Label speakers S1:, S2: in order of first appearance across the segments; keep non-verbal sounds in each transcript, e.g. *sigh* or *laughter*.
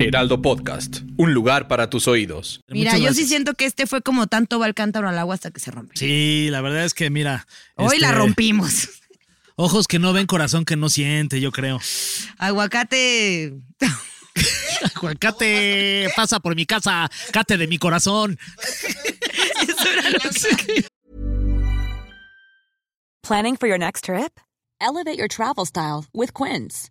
S1: Heraldo Podcast, un lugar para tus oídos.
S2: Mira,
S3: Muchas
S2: yo sí
S3: gracias.
S2: siento que este fue como tanto va el cántaro al agua hasta que se rompe.
S3: Sí, la verdad es que mira.
S2: Hoy la
S3: este,
S2: rompimos.
S3: Ojos que no ven, corazón que no siente, yo creo. *laughs*
S2: Aguacate.
S3: Cate, pasa por mi casa, Cate de mi corazón.
S2: Eso era lo que-
S4: Planning for your next trip? Elevate your travel style with Quince.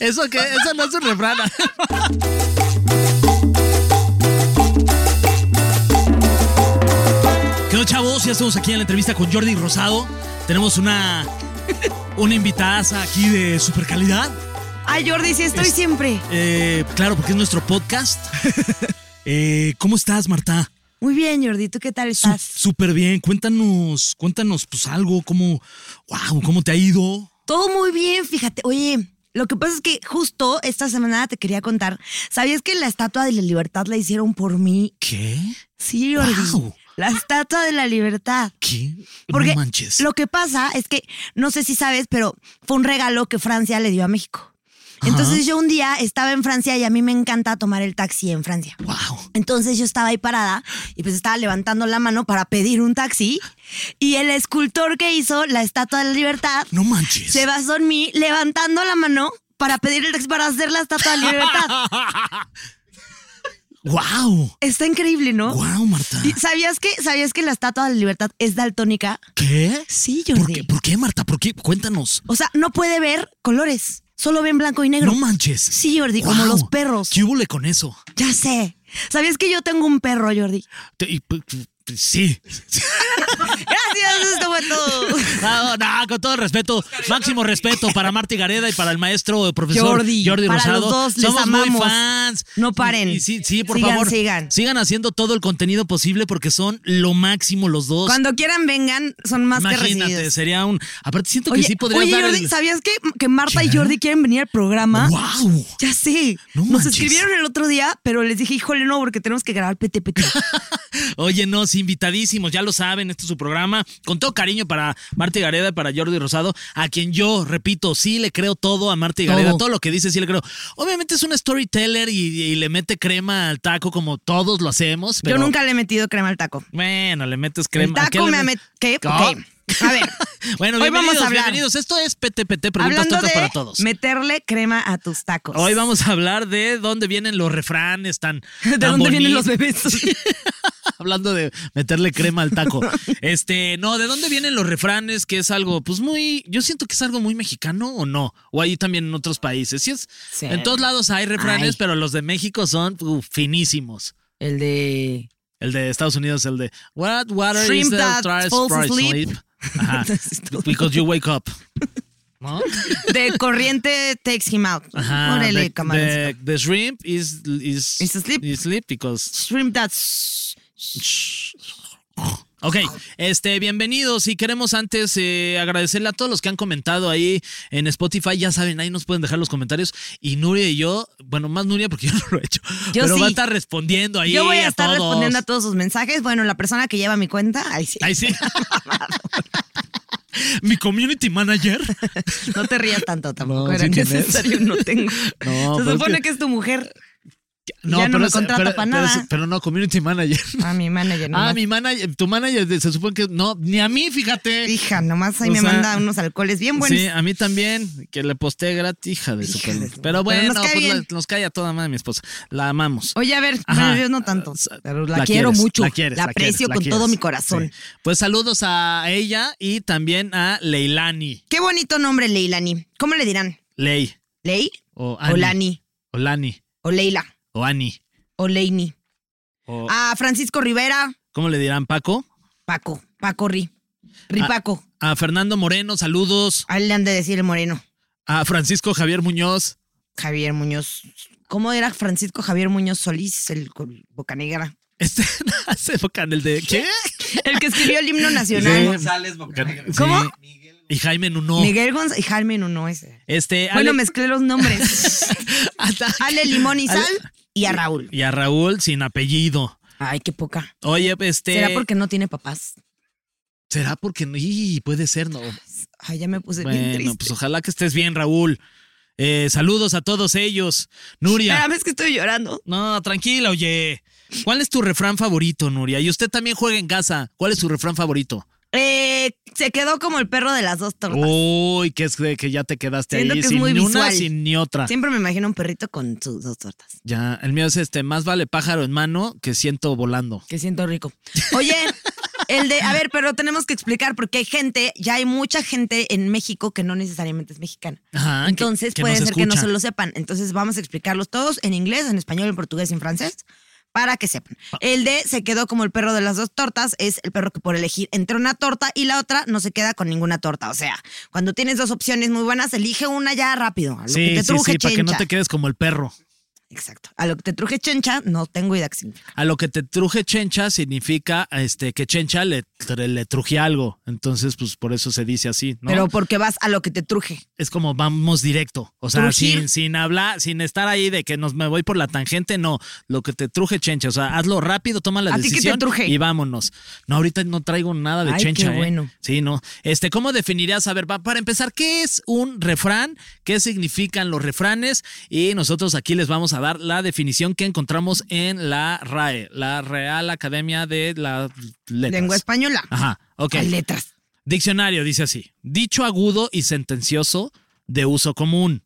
S3: Eso que, eso no es un refrán. ¿Qué onda, chavos? Ya estamos aquí en la entrevista con Jordi Rosado. Tenemos una, una invitada aquí de super calidad.
S2: Ay, Jordi, sí estoy siempre.
S3: Eh, claro, porque es nuestro podcast. Eh, ¿Cómo estás, Marta?
S2: Muy bien, Jordi, ¿tú qué tal
S3: Su-
S2: estás?
S3: Súper bien. Cuéntanos, cuéntanos pues algo, cómo, wow, cómo te ha ido.
S2: Todo muy bien, fíjate. Oye, lo que pasa es que justo esta semana te quería contar. ¿Sabías que la estatua de la libertad la hicieron por mí?
S3: ¿Qué?
S2: Sí, Jordi.
S3: Guau.
S2: La estatua de la libertad.
S3: ¿Qué?
S2: Porque
S3: no manches.
S2: lo que pasa es que, no sé si sabes, pero fue un regalo que Francia le dio a México. Entonces yo un día estaba en Francia y a mí me encanta tomar el taxi en Francia.
S3: Wow.
S2: Entonces yo estaba ahí parada y pues estaba levantando la mano para pedir un taxi y el escultor que hizo la Estatua de la Libertad
S3: No manches.
S2: se basó en mí levantando la mano para pedir el taxi para hacer la Estatua de la Libertad.
S3: *laughs* Wow.
S2: Está increíble, ¿no?
S3: Wow, Marta.
S2: ¿Y ¿Sabías que, ¿Sabías que la Estatua de la Libertad es daltónica?
S3: ¿Qué?
S2: Sí,
S3: ¿Por
S2: Jordi.
S3: qué, ¿Por qué, Marta? ¿Por qué? Cuéntanos.
S2: O sea, no puede ver colores, solo ve en blanco y negro.
S3: No manches.
S2: Sí, Jordi, como
S3: Guau.
S2: los perros.
S3: ¿Qué húbole con eso?
S2: Ya sé. ¿Sabías que yo tengo un perro,
S3: *laughs*
S2: Jordi?
S3: Te- y- p-
S2: *laughs*
S3: p- Sí.
S2: Gracias, esto fue
S3: *laughs*
S2: todo.
S3: No, no, con todo respeto, máximo respeto para Marta Gareda y para el maestro profesor
S2: Jordi,
S3: Jordi,
S2: para
S3: Rosado.
S2: los dos, les
S3: Somos muy
S2: amamos.
S3: fans.
S2: No paren.
S3: Y- y sí, sí, por
S2: Sigan,
S3: favor.
S2: sigan.
S3: haciendo todo el contenido posible porque son lo máximo los dos.
S2: Cuando quieran, vengan, son más que
S3: Imagínate,
S2: recibidos.
S3: sería un. Aparte, siento que
S2: Oye,
S3: sí podrías
S2: oye,
S3: dar.
S2: Jordi,
S3: el-
S2: ¿sabías que, que Marta y
S3: ¿Qué?
S2: Jordi quieren venir al programa?
S3: ¡Guau!
S2: Ya sé.
S3: No
S2: Nos
S3: manches.
S2: escribieron el otro día, pero les dije, híjole, no, porque tenemos que grabar
S3: *laughs*
S2: PTPT.
S3: Oye, no, sí, invitadísimos, ya lo saben, este es su programa. Con todo cariño para Marta Gareda, para Jordi Rosado, a quien yo, repito, sí le creo todo a Marta Gareda,
S2: Todo.
S3: todo lo que dice sí le creo. Obviamente es una storyteller y, y le mete crema al taco como todos lo hacemos. Pero,
S2: Yo nunca le he metido crema al taco.
S3: Bueno, le metes
S2: El
S3: crema. ¿A qué
S2: taco
S3: le
S2: me ha
S3: met-
S2: metido. ¿Qué?
S3: ¿Cómo?
S2: Ok. A
S3: *laughs*
S2: ver.
S3: Bueno,
S2: Hoy vamos
S3: bienvenidos,
S2: a hablar.
S3: bienvenidos. Esto es PTPT, Preguntas
S2: Hablando
S3: Tontas
S2: de
S3: para Todos.
S2: meterle crema a tus tacos.
S3: Hoy vamos a hablar de dónde vienen los refranes tan.
S2: *laughs* ¿De
S3: tan
S2: dónde vienen
S3: bonitos.
S2: los bebés?
S3: *laughs* Hablando de meterle crema al
S2: *laughs*
S3: taco. Este, no, ¿de dónde vienen los refranes? Que es algo, pues muy. Yo siento que es algo muy mexicano o no. O ahí también en otros países. Sí es,
S2: Sí.
S3: En todos lados hay refranes,
S2: Ay.
S3: pero los de México son uh, finísimos.
S2: El
S3: *laughs*
S2: de.
S3: El de Estados Unidos, el de What water
S2: Shrimp
S3: is the
S2: that
S3: driest
S2: falls
S3: price
S2: asleep.
S3: sleep?
S2: *laughs*
S3: Ajá. *laughs* Because you wake up. ¿No?
S2: De corriente takes him out.
S3: Ajá.
S2: Órale,
S3: the,
S2: camaroncito.
S3: the- the shrimp is, is,
S2: Is asleep.
S3: is sleep because
S2: Shrimp that's.
S3: Ok, este, bienvenidos y queremos antes eh, agradecerle a todos los que han comentado ahí en Spotify, ya saben, ahí nos pueden dejar los comentarios y Nuria y yo, bueno, más Nuria porque *laughs* yo no lo he hecho,
S2: Yo
S3: pero
S2: sí.
S3: va a estar respondiendo ahí
S2: Yo voy a estar
S3: todos.
S2: respondiendo a todos sus mensajes. Bueno, la persona que lleva mi cuenta, *laughs* ahí sí.
S3: Ahí sí. Mi community manager.
S2: No te rías tanto tampoco.
S3: *laughs* No,
S2: Era
S3: sí tienes.
S2: necesario, no tengo.
S3: *laughs* No,
S2: Se
S3: pero
S2: supone
S3: es
S2: que...
S3: que-
S2: es tu mujer.
S3: No,
S2: Ya no me
S3: es-
S2: contrata
S3: pero-
S2: para
S3: pero es-
S2: nada.
S3: pero no, community manager.
S2: A mi manager. Nomás.
S3: Ah, mi manager, tu manager se supone que no, ni a mí, fíjate.
S2: Hija, nomás ahí
S3: O
S2: me
S3: sea-
S2: manda unos alcoholes bien buenos.
S3: Sí, a mí también, que le posté gratis, hija de su
S2: Hija de
S3: peluche.
S2: su- Pero
S3: Pero bueno,
S2: nos cae
S3: pues la-
S2: bien.
S3: nos cae a toda madre mi esposa. La amamos.
S2: Oye, a ver,
S3: Ajá. Ah,
S2: bueno, yo no tanto, pero la, quiero
S3: quieres,
S2: mucho. La,
S3: quieres,
S2: aprecio
S3: quieres, la
S2: con todo
S3: quieres.
S2: mi corazón.
S3: Sí. Pues saludos a ella y también a Leilani.
S2: Qué bonito nombre, Leilani. ¿Cómo le dirán?
S3: Ley.
S2: ¿Ley?
S3: O Ani.
S2: ¿O Lani?
S3: O Lani.
S2: ¿O Leila?
S3: O Ani.
S2: ¿O Leini?
S3: O-
S2: A Francisco Rivera,
S3: ¿Cómo le dirán, Paco?
S2: Paco. Paco Ri. Ripaco.
S3: A Fernando Moreno, saludos.
S2: A él le han de decir el moreno.
S3: A Francisco Javier Muñoz. *laughs*
S2: Javier Muñoz. ¿Cómo era Francisco Javier Muñoz Solís, el col- Bocanegra?
S3: Este, hace Bocan, el de. ¿Qué?
S2: El que escribió el himno
S3: Sí.
S2: nacional.
S5: González Bocanegra.
S3: Sí.
S2: ¿Cómo?
S3: Y Jaime Nuno.
S2: Miguel González y Jaime Nuno ese.
S3: Este.
S2: Bueno,
S3: *laughs* Ale-
S2: mezclé los
S3: *laughs*
S2: nombres. Ale Limón y
S3: Ale-
S2: Sal y a Raúl.
S3: Y a Raúl sin apellido.
S2: Ay, qué poca.
S3: Oye, este.
S2: ¿Será porque no tiene papás?
S3: ¿Será porque.? Y puede
S2: *laughs*
S3: ser, ¿no?
S2: Ay, ya me puse bien
S3: Bueno,
S2: triste.
S3: pues ojalá que estés bien, Raúl. Eh, saludos a todos ellos. Nuria.
S2: Espérame, es Ah, que estoy llorando.
S3: No, tranquila, oye. ¿Cuál es tu refrán favorito, Nuria? Y usted también juega en casa. ¿Cuál es su refrán favorito?
S2: Eh, se quedó como el perro de las dos tortas.
S3: Uy, que es de que ya te quedaste
S2: Siento
S3: ahí
S2: que es
S3: sin
S2: muy
S3: ni una,
S2: visual.
S3: sin ni otra.
S2: Siempre me imagino un perrito con sus dos tortas.
S3: Ya, el mío es este, más vale pájaro en mano que ciento volando.
S2: Que siento rico. Oye, el de. A ver, pero tenemos que explicar porque hay gente, ya hay mucha gente en México que no necesariamente es mexicana.
S3: Ajá, Ah, que-
S2: Entonces
S3: que
S2: puede
S3: nos
S2: ser que no
S3: escucha.
S2: se lo sepan. Entonces vamos a explicarlos todos en inglés, en español, en portugués y en francés para que sepan. El de se quedó como el perro de las dos tortas es el perro que por elegir entre una torta y la otra no se queda con ninguna torta. O sea, cuando tienes dos opciones muy buenas, elige una ya rápido. A lo que
S3: Sí,
S2: te
S3: sí,
S2: truje
S3: sí, para que no
S2: chencha.
S3: te quedes como el perro.
S2: Exacto. A lo que te truje chencha, no tengo idea qué significa.
S3: A lo que te truje chencha significa este, que chencha le, tr- le truje algo. Entonces, pues por eso se dice así, ¿no?
S2: Pero porque vas a lo que te truje.
S3: es como vamos directo. O sea,
S2: Trujir.
S3: sin, sin hablar, sin estar ahí de que nos me voy por la tangente, no. Lo que te truje, chencha. O sea, hazlo rápido, toma la
S2: ¿A ti qué te
S3: decisión
S2: truje?
S3: y vámonos. No, ahorita no traigo nada de
S2: Ay,
S3: chencha.
S2: qué
S3: ¿eh?
S2: bueno.
S3: Sí, no. Este, ¿cómo definirías? A ver, va- para empezar, ¿qué es un refrán? ¿Qué significan los refranes? Y nosotros aquí les vamos a dar la definición que encontramos en la RAE, la Real Academia de las Letras.
S2: Lengua española.
S3: Ajá, ok.
S2: Hay letras.
S3: Diccionario dice así: dicho agudo y sentencioso de uso común.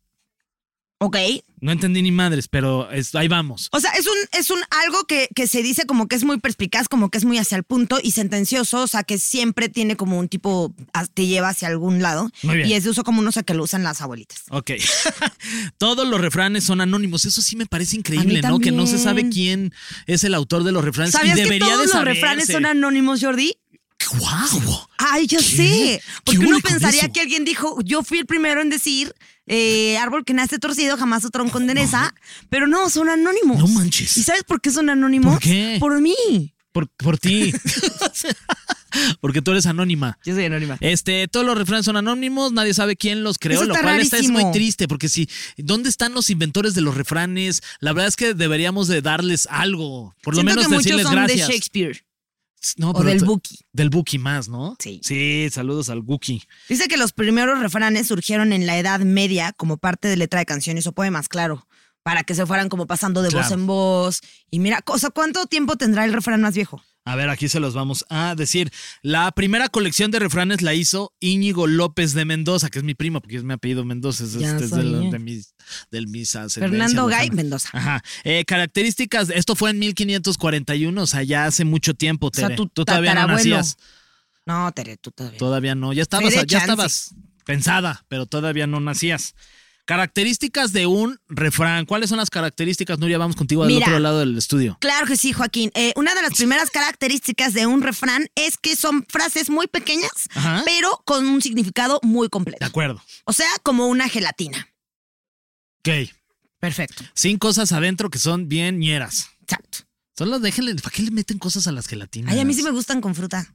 S2: Ok.
S3: No entendí ni madres, pero es- ahí vamos.
S2: O sea, es un, es un algo que, que se dice como que es muy perspicaz, como que es muy hacia el punto y sentencioso, o sea, que siempre tiene como un tipo, ah, te lleva hacia algún lado.
S3: Muy bien.
S2: Y es de uso común, o sea, que lo usan las abuelitas.
S3: Ok. *laughs* Todos los refranes son anónimos. Eso sí me parece increíble,
S2: A mí
S3: ¿no? Que no se sabe
S2: también.
S3: quién es el autor de los refranes.
S2: ¿Sabías
S3: y
S2: que
S3: debería
S2: todos
S3: de
S2: los refranes son anónimos, Jordi?
S3: ¡Guau!
S2: Ay, yo
S3: ¿Qué?
S2: sé.
S3: ¿Qué
S2: Porque
S3: hubo
S2: uno
S3: con
S2: pensaría
S3: eso?
S2: que alguien dijo, yo fui el primero en decir, eh, árbol que nace torcido, jamás su tronco endereza. Pero no, son anónimos.
S3: No manches.
S2: ¿Y sabes por qué son anónimos?
S3: ¿Por qué?
S2: Por mí.
S3: Por, por
S2: *laughs*
S3: ti. Porque tú eres anónima.
S2: Yo soy anónima.
S3: Este, todos los refranes son anónimos, nadie sabe quién los creó,
S2: Eso
S3: lo
S2: está
S3: cual está, es muy
S2: rarísimo.
S3: triste, porque si, ¿dónde están los inventores de los refranes? La verdad es que deberíamos de darles algo, por lo
S2: Siento
S3: menos
S2: que muchos
S3: decirles
S2: son
S3: gracias.
S2: de Shakespeare
S3: No,
S2: o
S3: pero
S2: del
S3: t-
S2: Buki.
S3: Del Buki más, ¿no?
S2: Sí.
S3: Sí, saludos al Buki.
S2: Dice que los primeros refranes surgieron en la Edad Media como parte de letra de canciones o poemas, claro, para que se fueran como pasando de voz
S3: Claro.
S2: en voz. Y mira, o sea, ¿cuánto tiempo tendrá el refrán más viejo?
S3: A ver, aquí se los vamos a decir. La primera colección de refranes la hizo Íñigo López de Mendoza, que es mi primo, porque es mi apellido Mendoza, es,
S2: Ya
S3: este, es de, la-
S2: sabía.
S3: de mis, del mis ascendencia
S2: Fernando
S3: lejana.
S2: Gay Mendoza.
S3: Ajá. Eh, características, esto fue en 1541, o sea, ya hace mucho tiempo,
S2: sea,
S3: Tere.
S2: tu
S3: Tú todavía no
S2: tatarabuelo.
S3: nacías.
S2: No, Tere, tú todavía.
S3: Todavía no. Ya estabas,
S2: Tere,
S3: ya
S2: chance.
S3: estabas pensada, pero todavía no nacías. Características de un refrán. ¿Cuáles son las características, Nuria? Vamos contigo al
S2: Mira.
S3: otro lado del estudio.
S2: Claro que sí, Joaquín. Eh, una de las primeras características de un refrán es que son frases muy pequeñas,
S3: Ajá.
S2: pero con un significado muy
S3: De
S2: completo.
S3: acuerdo.
S2: O sea, como una gelatina.
S3: Ok.
S2: Perfecto.
S3: Sin cosas adentro que son bien ñeras.
S2: Exacto.
S3: Solo déjenle. ¿Para qué le meten cosas a las gelatinas?
S2: Ay, a mí sí me gustan con fruta.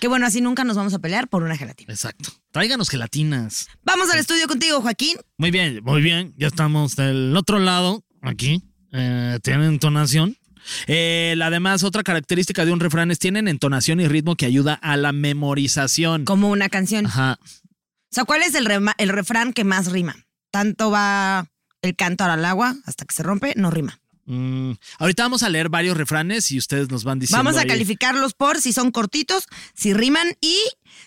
S2: Que bueno, así nunca nos vamos a pelear por una gelatina.
S3: Exacto. Tráiganos gelatinas.
S2: Vamos al estudio contigo, Joaquín.
S3: Muy bien, muy bien. Ya estamos del otro lado, aquí. Eh, tiene entonación. Eh, además, otra característica de un refrán es tienen entonación y ritmo que ayuda a la memorización.
S2: Como una canción.
S3: Ajá.
S2: O sea, ¿cuál es el, rema- el refrán que más rima? Tanto va el canto al agua hasta que se rompe, no rima.
S3: Mm, Ahorita vamos a leer varios refranes y ustedes nos van diciendo.
S2: Vamos a
S3: ahí.
S2: calificarlos por si son cortitos, si riman y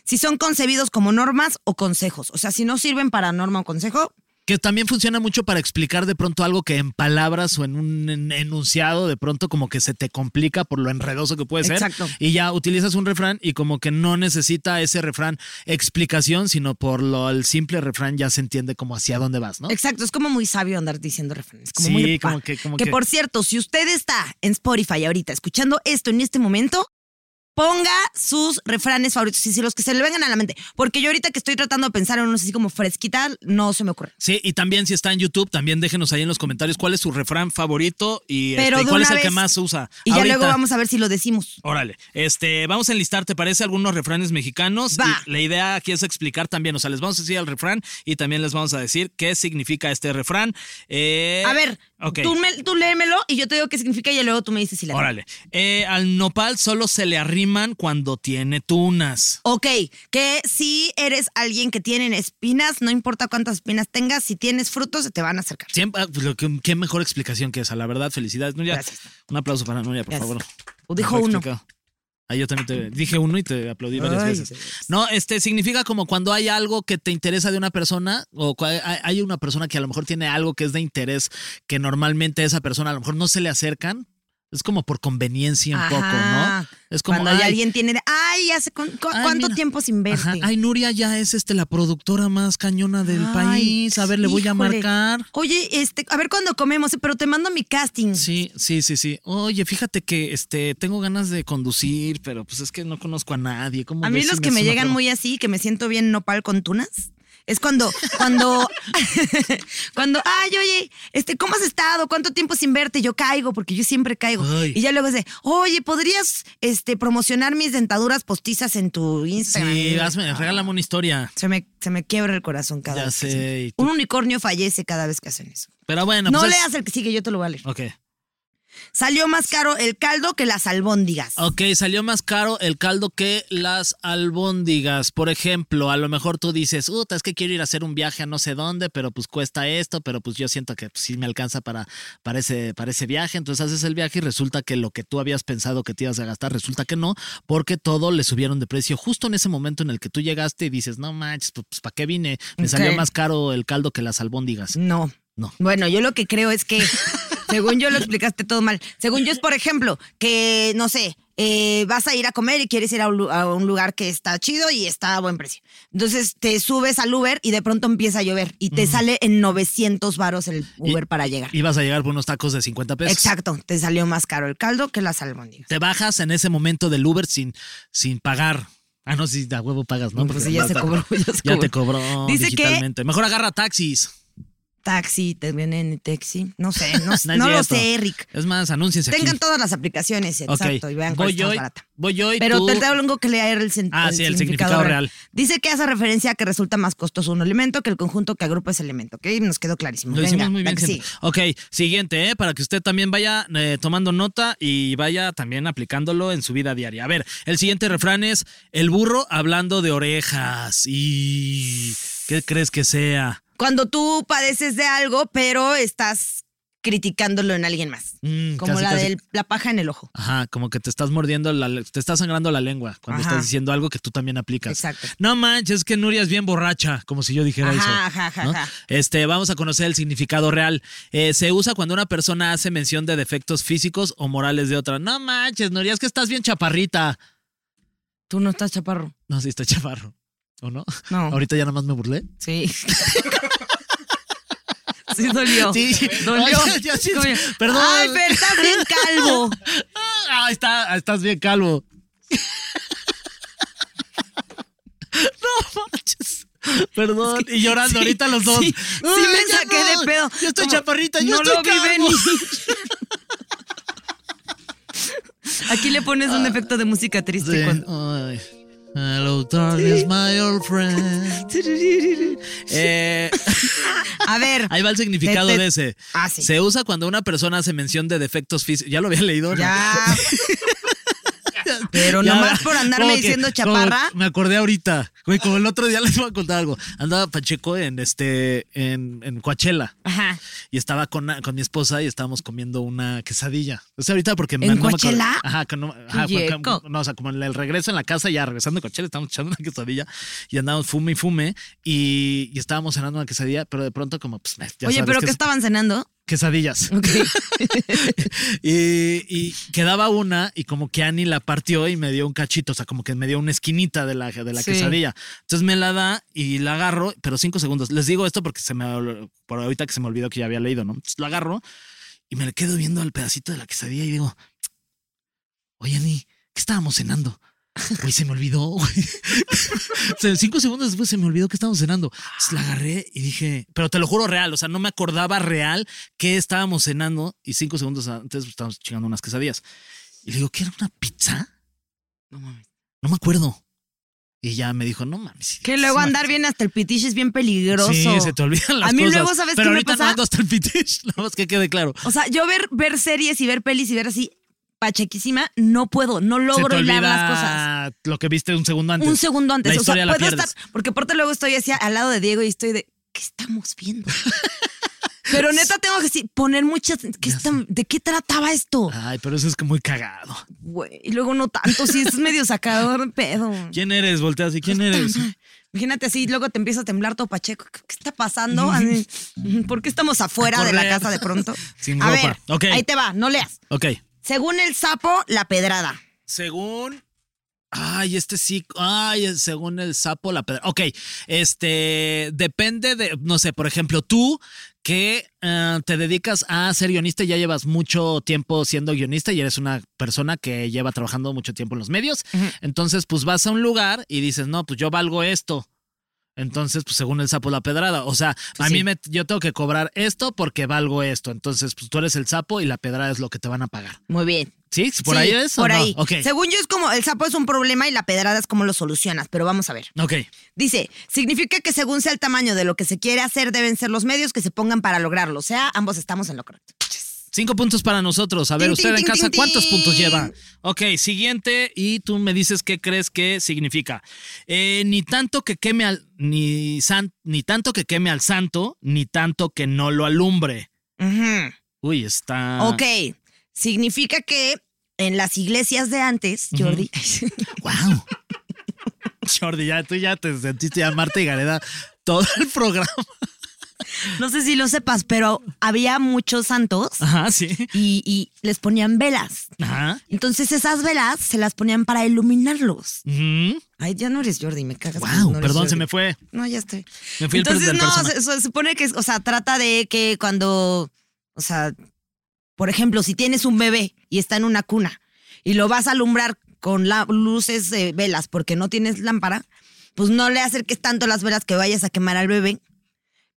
S2: si son concebidos como normas o consejos. O sea, si no sirven para norma o consejo,
S3: Que también funciona mucho para explicar de pronto algo que en palabras o en un en- enunciado de pronto como que se te complica por lo enredoso que puede ser.
S2: Exacto.
S3: Y ya utilizas un refrán y como que no necesita ese refrán explicación, sino por lo el simple refrán ya se entiende como hacia dónde vas, ¿no?
S2: exacto, es como muy sabio andar diciendo refranes. Como
S3: Sí,
S2: muy de papá.
S3: como que- como que-
S2: por cierto, si usted está en Spotify ahorita escuchando esto en este momento, Ponga sus refranes favoritos y si los que se le vengan a la mente. Porque yo ahorita que estoy tratando de pensar en unos así como fresquita, no se me ocurre.
S3: Sí, y también si está en YouTube, también déjenos ahí en los comentarios cuál es su refrán favorito y
S2: Pero
S3: este,
S2: de
S3: cuál
S2: una
S3: es el que
S2: vez.
S3: más se usa.
S2: Y ya
S3: ahorita.
S2: luego vamos a ver si lo decimos.
S3: Órale, este, vamos a enlistar, ¿te parece? Algunos refranes mexicanos.
S2: Va.
S3: Y la idea aquí es explicar también, o sea, les vamos a decir el refrán y también les vamos a decir qué significa este refrán. Eh,
S2: A ver,
S3: ok.
S2: tú, me- tú léemelo y yo te digo qué significa y ya luego tú me dices si la
S3: Órale, Eh, al nopal solo se le arriman cuando tiene tunas.
S2: Ok, que si eres alguien que tiene espinas, no importa cuántas espinas tengas, si tienes frutos, se te van a acercar.
S3: Siempre, ah, pues, lo que- qué mejor explicación que esa, la verdad, felicidades. Nuria.
S2: Gracias.
S3: Un aplauso para Nuria, por
S2: Gracias.
S3: favor.
S2: O dijo
S3: Mejor
S2: uno.
S3: explicado. Ah, yo también te dije uno y te aplaudí varias
S2: Ay,
S3: veces.
S2: Dios.
S3: No, este significa como cuando hay algo que te interesa de una persona o cua- hay hay una persona que a lo mejor tiene algo que es de interés que normalmente a esa persona a lo mejor no se le acercan. Es como por conveniencia un
S2: Ajá.
S3: poco, ¿no? Es como
S2: Cuando hay
S3: "Ay,
S2: alguien tiene, de- ay, hace cu- cu-
S3: Ay,
S2: cuánto
S3: mira.
S2: tiempo sin verte.
S3: ajá, ay, Nuria ya es este la productora más cañona del
S2: Ay,
S3: país. A ver, le voy a
S2: híjole.
S3: marcar.
S2: Oye, este, a ver cuándo comemos, pero te mando mi casting.
S3: Sí, sí, sí, sí. Oye, fíjate que este tengo ganas de conducir, pero pues es que no conozco a nadie. ¿Cómo
S2: A mí
S3: ves si
S2: los que me
S3: haces una
S2: llegan
S3: prueba?
S2: muy así, que me siento bien nopal con tunas, es cuando, cuando, *laughs* cuando, ay, oye, este, ¿cómo has estado? ¿Cuánto tiempo sin verte? Yo caigo, porque yo siempre caigo.
S3: Ay.
S2: Y ya luego es de, oye, ¿podrías este, promocionar mis dentaduras postizas en tu Instagram?
S3: Sí, hazme, regálame una historia.
S2: Se me, se me quiebra el corazón cada
S3: Ya
S2: vez. que
S3: sé,
S2: hacen-
S3: y tú-
S2: Un unicornio fallece cada vez que hacen eso.
S3: Pero bueno,
S2: No
S3: pues es-
S2: leas el que sigue, yo te lo voy a leer.
S3: Ok.
S2: Salió más caro el caldo que las albóndigas.
S3: Ok, salió más caro el caldo que las albóndigas. Por ejemplo, a lo mejor tú dices, Uta, es que quiero ir a hacer un viaje a no sé dónde, pero pues cuesta esto, pero pues yo siento que pues, sí me alcanza para, para, ese, para ese viaje. Entonces haces el viaje y resulta que lo que tú habías pensado que te ibas a gastar, resulta que no, porque todo le subieron de precio justo en ese momento en el que tú llegaste y dices, no manches, pues, pues, ¿para qué vine? Me salió
S2: Ok.
S3: más caro el caldo que las albóndigas.
S2: No.
S3: No.
S2: Bueno, yo lo que creo es
S3: *laughs*
S2: que, según yo lo explicaste todo mal. Según yo es, por ejemplo, que, no sé, eh, vas a ir a comer y quieres ir a un, lu- a un lugar que está chido y está a buen precio. Entonces te subes al Uber y de pronto empieza a llover y te sale en 900 varos el Uber para llegar.
S3: Ibas a llegar por unos tacos de 50 pesos.
S2: Exacto, te salió más caro el caldo que las albóndigas.
S3: te bajas en ese momento del Uber sin, sin pagar. Ah, no, si da huevo pagas, ¿no?
S2: Pues
S3: Porque
S2: ya se
S3: basta-
S2: cobró, *laughs* ya se
S3: *laughs* Ya te
S2: cobró.
S3: cobró
S2: Dice que-
S3: digitalmente. Mejor agarra taxis.
S2: Taxi, te vienen taxi. No
S3: *laughs*
S2: sé, no, sé,
S3: es
S2: no lo
S3: cierto.
S2: sé, Rick.
S3: Es más, anúnciense aquí.
S2: Tengan todas las aplicaciones,
S3: Ok,
S2: exacto, y vean cuál
S3: voy
S2: está
S3: yo,
S2: más
S3: y-
S2: barata.
S3: voy yo y
S2: Pero
S3: tú-
S2: te tengo que leer el, sen-
S3: Ah, sí, el significado real.
S2: Dice que hace referencia a que resulta más costoso un alimento que el conjunto que agrupa ese alimento, ¿ok? Nos quedó clarísimo.
S3: Lo
S2: Venga,
S3: hicimos muy
S2: la
S3: bien.
S2: que
S3: siempre.
S2: sigue.
S3: Ok, siguiente, ¿eh? para que usted también vaya eh, tomando nota y vaya también aplicándolo en su vida diaria. A ver, el siguiente refrán es el burro hablando de orejas. ¿Y qué crees que sea?
S2: Cuando tú padeces de algo, pero estás criticándolo en alguien más.
S3: Mm,
S2: como
S3: casi,
S2: la
S3: casi.
S2: de la paja en el ojo.
S3: Ajá, como que te estás mordiendo, la, le- te está sangrando la lengua cuando
S2: Ajá.
S3: estás diciendo algo que tú también aplicas.
S2: Exacto.
S3: No manches, es que Nuria es bien borracha, como si yo dijera
S2: Ajá,
S3: eso.
S2: ajá, ajá,
S3: ¿no?
S2: ajá.
S3: Este, vamos a conocer el significado real. Eh, se usa cuando una persona hace mención de defectos físicos o morales de otra. No manches, Nuria, es que estás bien chaparrita.
S2: Tú no estás chaparro.
S3: No, sí, está chaparro. ¿O no?
S2: No.
S3: Ahorita ya nada más me burlé. *laughs*
S2: Sí. sí dolió.
S3: Sí, sí. *laughs*
S2: Dolió.
S3: Ay, yo sí-
S2: Como-
S3: perdón.
S2: Ay, pero estás bien
S3: *laughs*
S2: calvo.
S3: Ah, está, estás bien calvo. *laughs* No manches. Perdón, y llorando ahorita los dos.
S2: sí, sí
S3: Ay,
S2: me
S3: ya
S2: saqué de pedo.
S3: Yo estoy
S2: Como,
S3: chaparrita, yo
S2: no
S3: estoy
S2: lo vi
S3: calvo.
S2: venir. Aquí le pones un efecto de música
S3: *laughs*
S2: triste.
S3: Ah, Sí.
S2: cuando-
S3: Ay. Hello, darkness, my old *laughs* friend. Eh,
S2: A ver.
S3: ahí va el significado
S2: Te- te-
S3: de ese.
S2: Ah, sí.
S3: Se usa cuando una persona hace mención de defectos físicos. Ya lo había leído. ¿no? *laughs*
S2: Ya. Pero
S3: Ya,
S2: nomás
S3: *laughs*
S2: por andarme
S3: como que-
S2: diciendo
S3: como
S2: chaparra.
S3: me acordé ahorita. Güey, como el otro día les voy a contar algo. Andaba Pacheco en este en, en Coachella
S2: Ajá.
S3: y estaba con, con mi esposa y estábamos comiendo una quesadilla. O sea, ahorita porque
S2: ¿En
S3: me acordé.
S2: Coachella?
S3: Ajá, que no, ajá,
S2: Oye,
S3: fue como-
S2: co-
S3: no, o sea, como en el regreso en la casa, ya regresando de Coachella, estábamos echando una quesadilla y andábamos fume y fume y, y estábamos cenando una quesadilla, pero de pronto como pues ya
S2: Oye,
S3: sabes
S2: pero
S3: que
S2: ¿qué
S3: es-
S2: estaban
S3: *laughs*
S2: cenando?
S3: quesadillas.
S2: Ok.
S3: *laughs* Y, y quedaba una y como que Ani la partió y me dio un cachito, o sea, como que me dio una esquinita de la, de la
S2: Sí.
S3: quesadilla. Entonces me la da y la agarro, pero cinco segundos. Les digo esto porque se me ol- por ahorita que se me olvidó que ya había leído, ¿no? Entonces la agarro y me le quedo viendo al pedacito de la quesadilla y digo, oye Ani, ¿Qué estábamos cenando? Güey, se me olvidó. güey. O sea, cinco segundos después se me olvidó que estábamos cenando. Entonces, La agarré y dije, pero te lo juro real, o sea, no me acordaba real que estábamos cenando y cinco segundos antes pues, estábamos chingando unas quesadillas. Y le digo, ¿qué era una pizza?
S2: No mames.
S3: No me acuerdo. Y ya me dijo, no mames.
S2: Que luego
S3: idiota,
S2: andar bien hasta el pitiche es bien peligroso.
S3: Sí, se te olvidan las
S2: A mí
S3: cosas.
S2: luego, ¿sabes
S3: Pero
S2: qué me
S3: ahorita no
S2: pasa?
S3: ando hasta el pitish, *laughs* nada más que quede claro.
S2: O sea, yo ver, ver series y ver pelis y ver así pachequísima, no puedo, no
S3: se te
S2: logro
S3: olvida
S2: hilar las cosas.
S3: Lo que viste un segundo antes.
S2: Un segundo antes.
S3: La
S2: o sea,
S3: historia la
S2: puedo
S3: pierdes.
S2: estar. Porque aparte luego estoy así al lado de Diego y estoy de. ¿Qué estamos
S3: *laughs*
S2: viendo? Pero neta tengo que sí, poner muchas. ¿qué
S3: Ya Ah.
S2: está- ¿De qué trataba esto?
S3: Ay, pero eso es que muy cagado.
S2: Güey, y luego no tanto, sí, es medio sacador de pedo.
S3: *laughs* ¿Quién eres? Volteas y ¿quién
S2: Pues,
S3: eres?
S2: Imagínate así, luego te empieza a temblar todo pacheco. ¿Qué qué está pasando? Así, ¿Por qué estamos afuera de la
S3: correr.
S2: casa de pronto?
S3: *laughs* Sin
S2: a
S3: ropa.
S2: ver,
S3: Ok.
S2: ahí te va, no leas.
S3: Ok.
S2: Según el sapo, la pedrada.
S3: Según. Ay, este sí. Ay, según el sapo, la pedra. Ok. Este. Depende de. No sé, por ejemplo, tú que eh, te dedicas a ser guionista y ya llevas mucho tiempo siendo guionista y eres una persona que lleva trabajando mucho tiempo en los medios. Entonces, pues vas a un lugar y dices, no, pues yo valgo esto. Entonces, pues según el sapo la pedrada. O sea, a
S2: sí.
S3: mí me, yo tengo que cobrar esto porque valgo esto. Entonces, pues tú eres el sapo y la pedrada es lo que te van a pagar.
S2: Muy bien.
S3: ¿Sí? ¿Por
S2: Sí,
S3: ahí es? o
S2: Por
S3: no?
S2: ahí.
S3: Ok.
S2: Según yo es como el sapo es un problema y la pedrada es como lo solucionas, pero vamos a ver.
S3: Ok.
S2: Dice, significa que según sea el tamaño de lo que se quiere hacer deben ser los medios que se pongan para lograrlo. O sea, ambos estamos en lo correcto.
S3: Cinco puntos para nosotros. A ver,
S2: Tin,
S3: usted
S2: tin,
S3: en
S2: tin,
S3: casa,
S2: tin,
S3: ¿cuántos
S2: tin.
S3: puntos lleva? Ok, siguiente. Y tú me dices qué crees que significa. Eh, ni tanto que queme al. Ni, san- ni tanto que queme al santo, ni tanto que no lo alumbre.
S2: Ujú.
S3: Uy, está.
S2: Ok, significa que en las iglesias de antes, Jordi, *laughs*
S3: Wow. *laughs* Jordi, ya tú ya te sentiste ya Marta y Gareda todo el programa.
S2: no sé si lo sepas, pero había muchos santos
S3: Ajá, sí.
S2: y, y les ponían velas.
S3: Ajá.
S2: Entonces esas velas se las ponían para iluminarlos.
S3: Ujú.
S2: Ay, ya no eres Jordi, me cagas. cuando
S3: Wow,
S2: no eres
S3: perdón,
S2: Jordi.
S3: se me fue.
S2: No, ya estoy.
S3: Me fui el
S2: Entonces,
S3: del
S2: no, se,
S3: personaje.
S2: se supone que, es- o sea, trata de que cuando, o sea, por ejemplo, si tienes un bebé y está en una cuna y lo vas a alumbrar con la- luces, eh, velas, porque no tienes lámpara, pues no le acerques tanto las velas que vayas a quemar al bebé,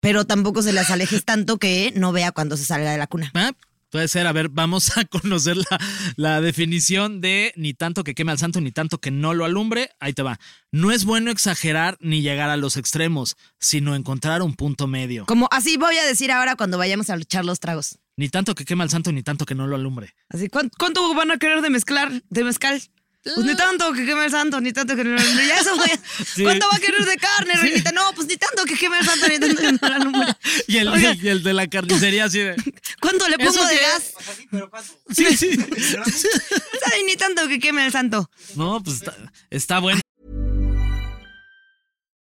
S2: pero tampoco se las alejes tanto que no vea cuando se salga de la cuna.
S3: Ah, Puede ser, a ver, vamos a conocer la, la definición de ni tanto que queme al santo, ni tanto que no lo alumbre. Ahí te va. No es bueno exagerar ni llegar a los extremos, sino encontrar un punto medio.
S2: Como así voy a decir ahora cuando vayamos a luchar los tragos.
S3: Ni tanto que queme al santo, ni tanto que no lo alumbre.
S2: Así, ¿cuán- ¿cuánto, van a querer de mezclar, de mezcal? Pues ni tanto que queme el santo, ni tanto que no lo alumbre. Ya eso, güey. ¿Cuánto va a querer de carne, reinita? No, pues ni tanto que queme el santo, ni tanto que no lo alumbre.
S3: Y el,
S2: Oiga.
S3: y el de la carnicería así de...
S2: ¿Cuánto le pongo
S3: ¿Eso
S2: de
S3: qué?
S2: gas?
S3: Sí, sí.
S2: *laughs* Ay, ni tanto que queme el santo.
S3: No, pues está, está bueno.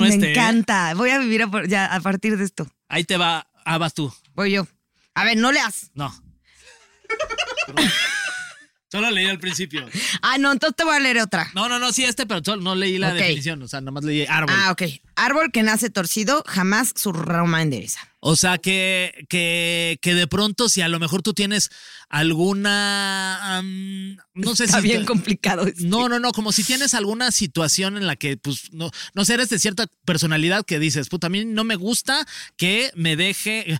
S2: Me
S3: Este,
S2: encanta. Voy a vivir a, por- ya a partir de esto.
S3: Ahí te va, ah, vas tú.
S2: Voy yo. A ver, no leas.
S3: No. Solo leí al principio.
S2: Ah, no, entonces te voy a leer otra.
S3: No, no, no, sí, este, pero solo no leí la
S2: Ok.
S3: definición. O sea, nomás leí árbol.
S2: Ah, ok. Árbol que nace torcido, jamás su rama endereza.
S3: O sea, que, que, que de pronto, si a lo mejor tú tienes alguna. am, no sé
S2: Está
S3: si.
S2: bien complicado. este.
S3: no, no, no, como si tienes alguna situación en la que, pues, no, no sé, eres de cierta personalidad que dices, puta, a mí no me gusta que me deje,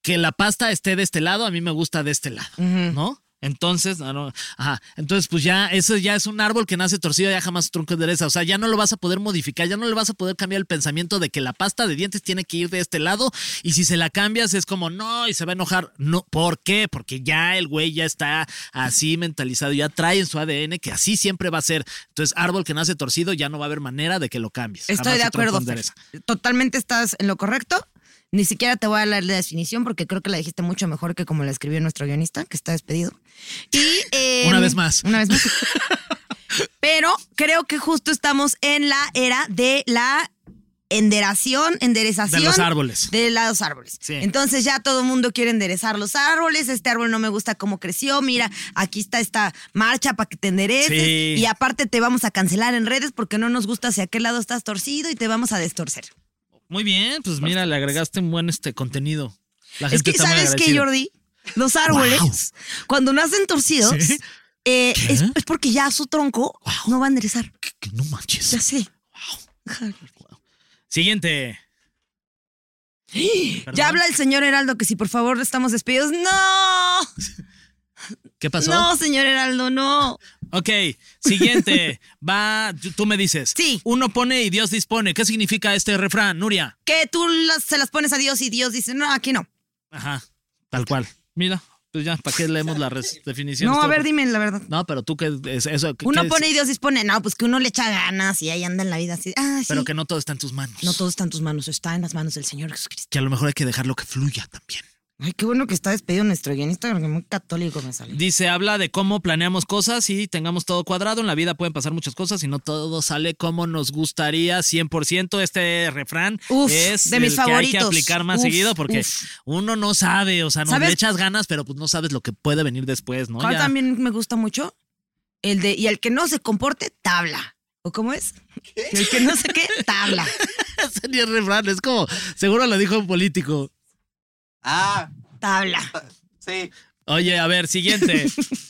S3: que la pasta esté de este lado, a mí me gusta de este lado, ¿no? Entonces, ah, no, ajá, entonces pues ya ese ya es un árbol que nace torcido, ya jamás su tronco endereza, o sea, ya no lo vas a poder modificar, ya no le vas a poder cambiar el pensamiento de que la pasta de dientes tiene que ir de este lado y si se la cambias es como no y se va a enojar, no, ¿por qué? Porque ya el güey ya está así mentalizado, ya trae en su ADN que así siempre va a ser. Entonces, árbol que nace torcido ya no va a haber manera de que lo cambies.
S2: Estoy
S3: Jamás
S2: de
S3: su tronco
S2: acuerdo. Fer.
S3: endereza.
S2: Totalmente estás en lo correcto. Ni siquiera te voy a leer la definición porque creo que la dijiste mucho mejor que como la escribió nuestro guionista, que está despedido. Y,
S3: *laughs*
S2: eh,
S3: Una vez más.
S2: Una
S3: *laughs*
S2: vez más. Pero creo que justo estamos en la era de la enderación, enderezación.
S3: De los árboles.
S2: De los árboles.
S3: Sí.
S2: Entonces ya todo el mundo quiere enderezar los árboles. Este árbol no me gusta cómo creció. Mira, aquí está esta marcha para que te endereces.
S3: Sí.
S2: Y aparte te vamos a cancelar en redes porque no nos gusta hacia qué lado estás torcido y te vamos a destorcer.
S3: Muy bien, pues mira, le agregaste un buen este contenido. La
S2: Es que,
S3: gente está muy
S2: ¿sabes qué,
S3: agradecida.
S2: Jordi? Los árboles, cuando nacen torcidos,
S3: ¿Sí?
S2: eh,
S3: ¿Qué?
S2: es, es porque ya su tronco no va a enderezar.
S3: Que- que no manches.
S2: Ya sé.
S3: Siguiente. Perdón.
S2: Ya habla el señor Heraldo que si por favor estamos despedidos. ¡No!
S3: ¿Qué pasó?
S2: No, señor Heraldo, no.
S3: Ok, *laughs* siguiente. Va, tú- tú me dices.
S2: Sí.
S3: Uno pone y Dios dispone. ¿Qué significa este refrán, Nuria?
S2: Que tú las- se las pones a Dios y Dios dice, no, aquí no.
S3: Ajá, tal cual. Mira, pues ya, ¿para qué leemos la *laughs* res- definición?
S2: No, a
S3: Estoy-
S2: ver, dime la verdad.
S3: No, pero tú que es eso. ¿qué-
S2: Uno
S3: qué es?
S2: pone y Dios dispone. No, pues que uno le echa ganas y ahí anda en la vida así. Ah, sí.
S3: Pero que no todo está en tus manos.
S2: No todo está en tus manos, está en las manos del Señor Jesucristo.
S3: Que a lo mejor hay que dejarlo que fluya también.
S2: Ay, qué bueno que está despedido nuestro guionista, porque muy católico me sale.
S3: Dice, habla de cómo planeamos cosas y tengamos todo cuadrado. En la vida pueden pasar muchas cosas y no todo sale como nos gustaría 100%. Este refrán
S2: Uf,
S3: es
S2: de mis
S3: el que hay que
S2: favoritos.
S3: aplicar más
S2: Uf,
S3: seguido porque
S2: uf.
S3: uno no sabe, o sea, no
S2: ¿Sabes?
S3: le echas ganas, pero pues no sabes lo que puede venir después, ¿no?
S2: ¿Cuál
S3: Ya. *laughs*
S2: también me gusta mucho? El de, y el que no se comporte, tabla. ¿O cómo es? El que no sé qué, tabla.
S3: Ese ni es refrán, es como, seguro lo dijo un político.
S6: Ah,
S2: Tabla.
S6: sí,
S3: Oye, a ver, siguiente,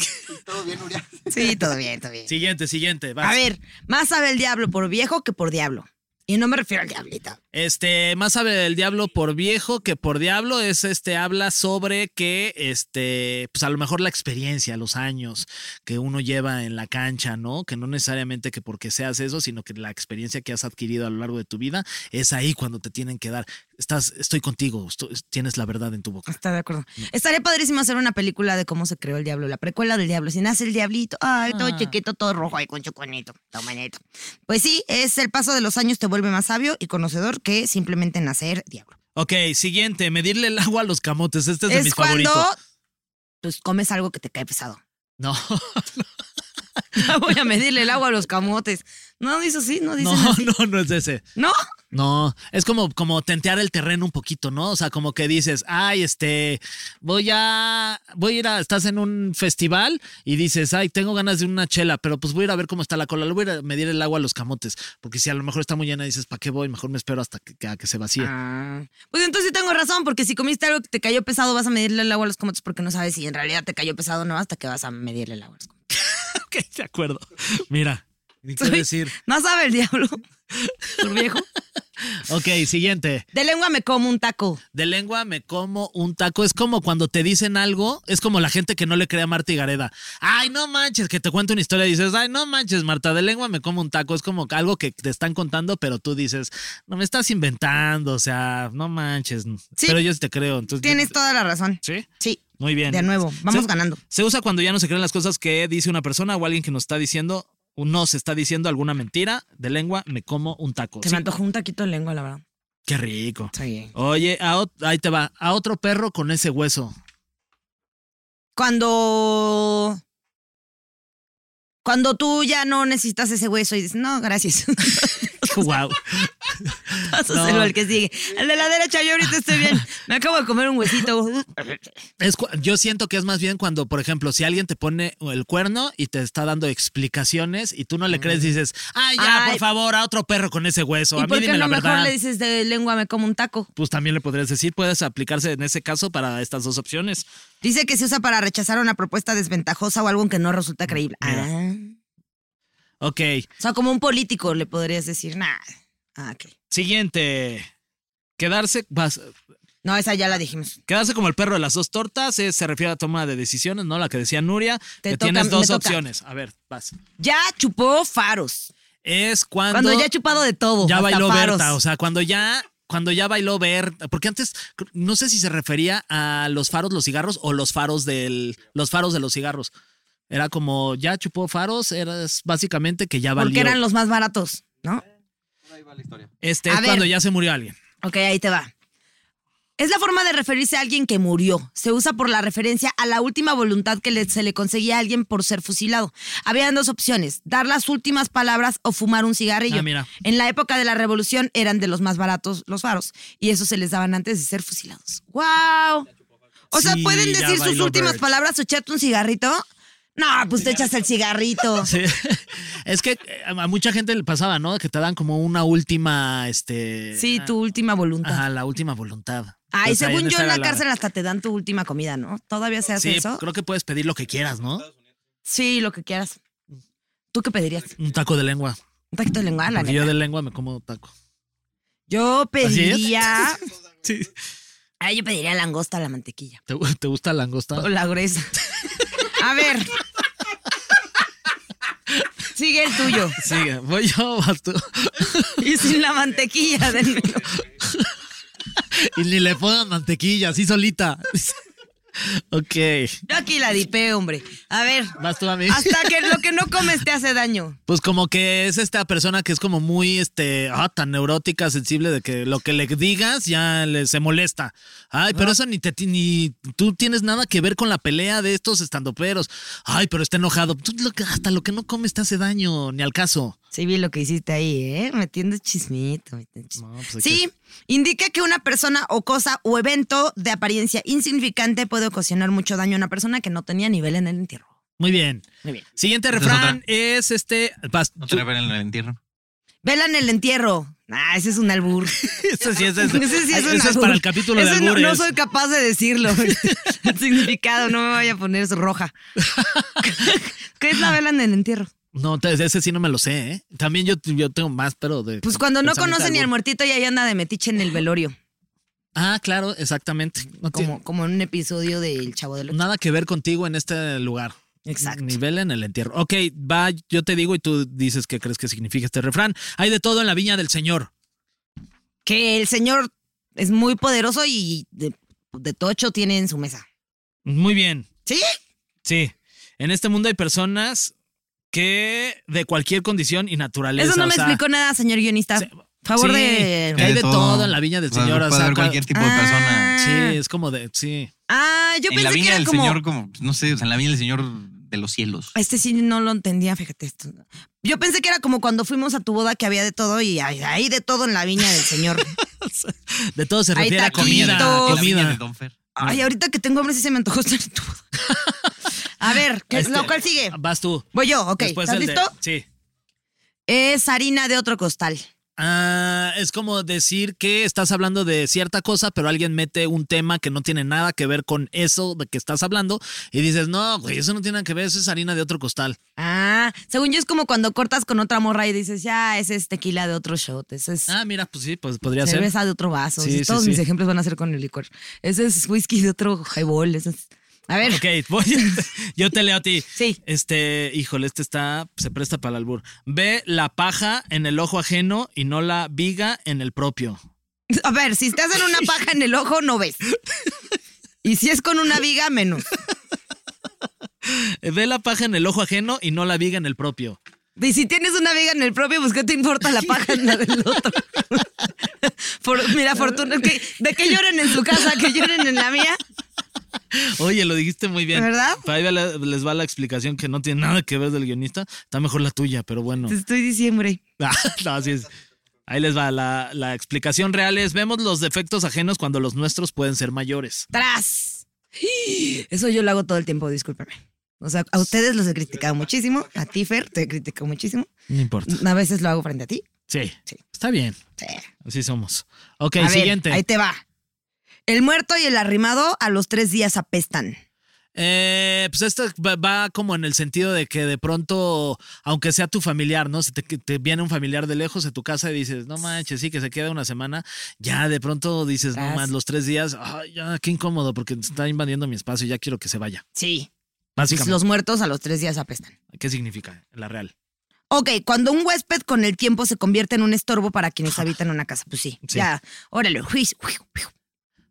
S2: *laughs*
S6: todo bien, Nuria.
S2: Sí, todo bien, todo bien.
S3: siguiente, siguiente. vas.
S2: A ver, más sabe el diablo por viejo que por diablo. Y no me refiero al diablito.
S3: Este, más sabe el diablo por viejo que por diablo, es este, habla sobre que, este, pues a lo mejor la experiencia, los años que uno lleva en la cancha, ¿no? Que no necesariamente que porque seas eso, sino que la experiencia que has adquirido a lo largo de tu vida es ahí cuando te tienen que dar. Estás, estoy contigo, esto- tienes la verdad en tu boca.
S2: Está de acuerdo.
S3: Mm.
S2: Estaría padrísimo hacer una película de cómo se creó el diablo, la precuela del diablo. Si nace el diablito, ay, todo
S3: Ah.
S2: chiquito, todo rojo, ay, con choconito, manito. Pues sí, es el paso de los años te vuelve más sabio y conocedor que simplemente nacer diablo.
S3: Ok, siguiente, medirle el agua a los camotes. Este es de
S2: es
S3: mis
S2: cuando
S3: favoritos.
S2: pues comes algo que te cae pesado. *laughs* Ah,
S3: No, *laughs*
S2: Voy a medirle el agua a los camotes. No, dice así, no dicen
S3: no,
S2: así.
S3: no, no es ese.
S2: ¿No?
S3: No, es como, como tentear el terreno un poquito, ¿no? O sea, como que dices, ay, este, voy a, voy a ir a, estás en un festival y dices, ay, tengo ganas de una chela, pero pues voy a ir a ver cómo está la cola, le voy a ir a medir el agua a los camotes, porque si a lo mejor está muy llena, dices, ¿para qué voy? Mejor me espero hasta que, que- a que se vacíe.
S2: Ah, pues entonces sí tengo razón, porque si comiste algo que te cayó pesado, vas a medirle el agua a los camotes porque no sabes si en realidad te cayó pesado o no hasta que vas a medirle el agua a los camotes.
S3: *laughs* Ok, de acuerdo. Mira, ni *laughs* qué
S2: Soy-
S3: decir.
S2: No sabe el diablo. Por viejo.
S3: Ok, siguiente.
S2: De lengua me como un taco.
S3: De lengua me como un taco. Es como cuando te dicen algo, es como la gente que no le cree a Marta y Gareda. Ay, no manches, que te cuento una historia y dices, ay, no manches, Marta, de lengua me como un taco. Es como algo que te están contando, pero tú dices, no me estás inventando, o sea, no manches.
S2: Sí.
S3: Pero yo sí te creo. Entonces,
S2: Tienes toda la razón.
S3: Sí.
S2: Sí.
S3: Muy bien.
S2: De nuevo, vamos
S3: Se-
S2: ganando.
S3: Se usa cuando ya no se creen las cosas que dice una persona o alguien que nos está diciendo, o nos está diciendo alguna mentira. De lengua me como un taco.
S2: Se
S3: Sí.
S2: me antojó un taquito de lengua, la verdad.
S3: Qué rico.
S2: Está bien.
S3: Oye, a ot- ahí te va. A otro perro con ese hueso. *laughs*
S2: Cuando. Cuando tú ya no necesitas ese hueso y dices, no, gracias. *laughs*
S3: Wow.
S2: Pásaselo
S3: No.
S2: al que sigue. Al de la derecha, yo ahorita estoy bien. Me acabo de comer un huesito.
S3: Es cu- yo siento que es más bien cuando, por ejemplo, si alguien te pone el cuerno y te está dando explicaciones y tú no le crees, dices, ay, ya,
S2: Mm. Ay.
S3: por favor, a otro perro con ese hueso.
S2: ¿Y
S3: a mí
S2: por qué
S3: dime la
S2: no mejor
S3: verdad.
S2: le dices de lengua me como un taco?
S3: Pues también le podrías decir, puedes aplicarse en ese caso para estas dos opciones.
S2: Dice que se usa para rechazar una propuesta desventajosa o algo que no resulta creíble. Ah.
S3: Ok,
S2: O sea, como un político le podrías decir, nada. Ah, ok.
S3: siguiente. Quedarse. vas-
S2: No, esa ya la dijimos.
S3: Quedarse como el perro de las dos tortas eh, se refiere a toma de decisiones, no la que decía Nuria.
S2: Te
S3: que
S2: toca,
S3: tienes dos
S2: me toca.
S3: opciones. A ver, vas.
S2: Ya chupó faros.
S3: Es cuando,
S2: Cuando ya ha chupado de todo.
S3: ya
S2: hasta
S3: bailó
S2: faros.
S3: Berta, o sea, cuando ya cuando ya bailó Berta, porque antes cr- no sé si se refería a los faros, los cigarros o los faros del los faros de los cigarros. Era como ya chupó faros, era es básicamente que ya
S2: porque
S3: valió.
S2: eran los más baratos, ¿no?
S6: Ahí va la historia.
S3: Este
S2: A
S3: es
S2: ver.
S3: cuando ya se murió alguien. *laughs*
S2: Ok, ahí te va. Es la forma de referirse a alguien que murió. Se usa por la referencia a la última voluntad que le- se le conseguía a alguien por ser fusilado. Habían dos opciones, dar las últimas palabras o fumar un cigarrillo.
S3: Ah, mira.
S2: En la época de la revolución eran de los más baratos los faros y eso se les daban antes de ser fusilados. ¡Wow! O sea,
S3: Sí,
S2: ¿pueden
S3: ya
S2: decir sus
S3: bailó
S2: últimas
S3: Bird.
S2: palabras o echarte un cigarrito? No, pues te echas el
S3: *laughs*
S2: cigarrito.
S3: Sí. Es que eh, a mucha gente le pasaba, ¿no? Que te dan como una última, este.
S2: Sí, tu última voluntad.
S3: Ajá, la última voluntad.
S2: Ay,
S3: Entonces, ahí
S2: según yo
S3: esa
S2: en
S3: era
S2: la cárcel hasta te dan tu última comida, ¿no? ¿Todavía se hace
S3: Sí,
S2: eso?
S3: creo que puedes pedir lo que quieras, ¿no?
S2: Sí, lo que quieras. ¿Tú qué pedirías?
S3: Un taco de lengua.
S2: Un taquito de lengua, la
S3: Porque
S2: neta.
S3: yo de lengua me como taco.
S2: Yo
S3: ¿Así es?
S2: pediría.
S3: *laughs* Sí.
S2: Ay, yo pediría langosta a la mantequilla.
S3: ¿Te, te gusta la langosta?
S2: O la
S3: *laughs*
S2: gruesa. A ver. Sigue el tuyo.
S3: Sigue, voy yo, vas tú. *laughs*
S2: Y sin la mantequilla, denmelo.
S3: Y ni le pongan mantequilla, así solita. *laughs* ok.
S2: Yo aquí la dipé, hombre. A ver.
S3: Vas tú a mí.
S2: Hasta que lo que no comes te hace daño.
S3: Pues como que es esta persona que es como muy, este, ah, tan neurótica, sensible, de que lo que le digas ya le, se molesta. Ay,
S2: Ah.
S3: pero eso ni, te, ni tú tienes nada que ver con la pelea de estos estandoperos. Ay, pero está enojado. Tú lo que- hasta lo que no comes te hace daño, ni al caso.
S2: Sí, vi lo que hiciste ahí, ¿eh? Metiendo chismito. metiendo chismito.
S3: No, pues hay
S2: sí, indica que una persona o cosa o evento de apariencia insignificante puede ocasionar mucho daño a una persona que no tenía nivel en el entierro.
S3: Muy bien.
S2: Muy bien.
S3: Siguiente
S6: Esta es
S3: refrán
S6: otra.
S3: es este. vas-
S6: No te
S3: tú-
S6: refieren en el entierro.
S2: Vela en el entierro. Ah, ese es un albur.
S3: *laughs* Ese sí es,
S2: *laughs*
S3: ese.
S2: Ese sí es
S3: Ese
S2: un albur.
S3: para el capítulo de
S2: Ese no-
S3: albures.
S2: No, soy capaz de decirlo. *laughs* el significado, no me vaya a poner roja. *laughs* ¿Qué es la vela en el entierro?
S3: No, te- ese sí no me lo sé, ¿eh? También yo, yo tengo más, pero de.
S2: Pues cuando no
S3: pensamiento
S2: conocen ni al
S3: alguno.
S2: muertito y ahí anda de metiche en el velorio.
S3: Ah, claro, exactamente. No tiene
S2: Como, como en un episodio del Chavo del Ocho.
S3: nada que ver contigo en este lugar.
S2: Exacto.
S3: Nivel en el entierro. Ok, va, yo te digo y tú dices qué crees que significa este refrán. Hay de todo en la viña del Señor.
S2: Que el señor es muy poderoso y de, de tocho tiene en su mesa.
S3: Muy bien.
S2: ¿Sí?
S3: Sí. En este mundo hay personas que de cualquier condición y naturaleza.
S2: Eso no
S3: o
S2: me
S3: sea,
S2: explicó nada, señor guionista.
S3: se-
S2: Favor
S3: sí,
S2: de...
S3: Hay de todo en la viña del
S6: O sea,
S3: Señor, o
S6: Puede
S3: sea,
S6: haber
S3: cual-
S6: cualquier tipo de persona.
S3: Sí, es como de. Sí.
S2: Ah, yo
S6: en la
S2: pensé que
S6: viña
S2: era
S6: del
S2: como...
S6: Señor, como, no sé, o sea, en la viña del Señor de los cielos.
S2: Este sí no lo entendía, fíjate esto. Yo pensé que era como cuando fuimos a tu boda que había de todo y hay, hay de todo en la viña del
S3: *laughs*
S2: señor.
S3: De todo se
S2: Hay
S3: refiere a comida.
S2: taquitos.
S6: En la viña
S3: comida.
S6: de Don Fer.
S2: Ay, ahorita que tengo hambre sí se me antojó estar en tu boda. A ver, ¿qué,
S3: Este,
S2: lo cual sigue.
S3: Vas tú.
S2: Voy yo, ok.
S3: Después
S2: ¿Estás
S3: el de-
S2: listo?
S3: sí.
S2: Es harina de otro costal.
S3: Ah, es como decir que estás hablando de cierta cosa, pero alguien mete un tema que no tiene nada que ver con eso de que estás hablando y dices, no, güey, eso no tiene nada que ver, eso es harina de otro costal.
S2: Ah, según yo es como cuando cortas con otra morra y dices, ya, ese es tequila de otro shot, ese es
S3: Ah, mira, pues sí, pues podría ser.
S2: cerveza de otro vaso.
S3: Sí, sí,
S2: Todos
S3: sí.
S2: mis ejemplos van a ser con el licor. Ese es whisky de otro highball. ese es- A ver,
S3: Ok, voy, *laughs* yo te leo a ti.
S2: Sí.
S3: Este, híjole, este está, se presta para el albur. Ve la paja en el ojo ajeno y no la viga en el propio.
S2: *laughs* a ver, si estás en una paja en el ojo, no
S3: *laughs*
S2: ves. Y si es con una viga, menos.
S3: Ve la paja en el ojo ajeno y no la viga en el propio.
S2: Y si tienes una viga en el propio, pues ¿qué te importa la paja en la del otro? *laughs* Por- mira, fortuna, que, de que lloren en su casa, que lloren en la mía.
S3: Oye, lo dijiste muy bien.
S2: ¿Verdad?
S3: Ahí va la- les va la explicación que no tiene nada que ver del guionista. Está mejor la tuya, pero bueno.
S2: Te estoy diciendo, hombre.
S3: Ah, *laughs* no, así es. Ahí les va. La, la explicación real es: vemos los defectos ajenos cuando los nuestros pueden ser mayores.
S2: ¡Tras! Eso yo lo hago todo el tiempo, discúlpeme. O sea, a ustedes los he criticado muchísimo. A ti, Fer, te he criticado muchísimo.
S3: No importa.
S2: A veces lo hago frente a ti.
S3: Sí.
S2: Sí.
S3: Está bien.
S2: Sí.
S3: Así somos. Ok,
S2: A ver,
S3: siguiente.
S2: ahí te va. El muerto y el arrimado a los tres días apestan.
S3: Eh, pues esto va- va como en el sentido de que de pronto, aunque sea tu familiar, ¿no? Se te, te viene un familiar de lejos a tu casa y dices, no manches, sí, que se queda una semana. Ya de pronto dices, no
S2: Tras.
S3: más, los tres días, ay, ya, qué incómodo porque está invadiendo mi espacio y ya quiero que se vaya.
S2: Sí.
S3: Básicamente,
S2: Los muertos a los tres días apestan.
S3: ¿qué significa en la real?
S2: Ok, cuando un huésped con el tiempo se convierte en un estorbo para quienes habitan una casa, pues sí,
S3: Sí.
S2: ya, órale, juiz, juiz, juiz,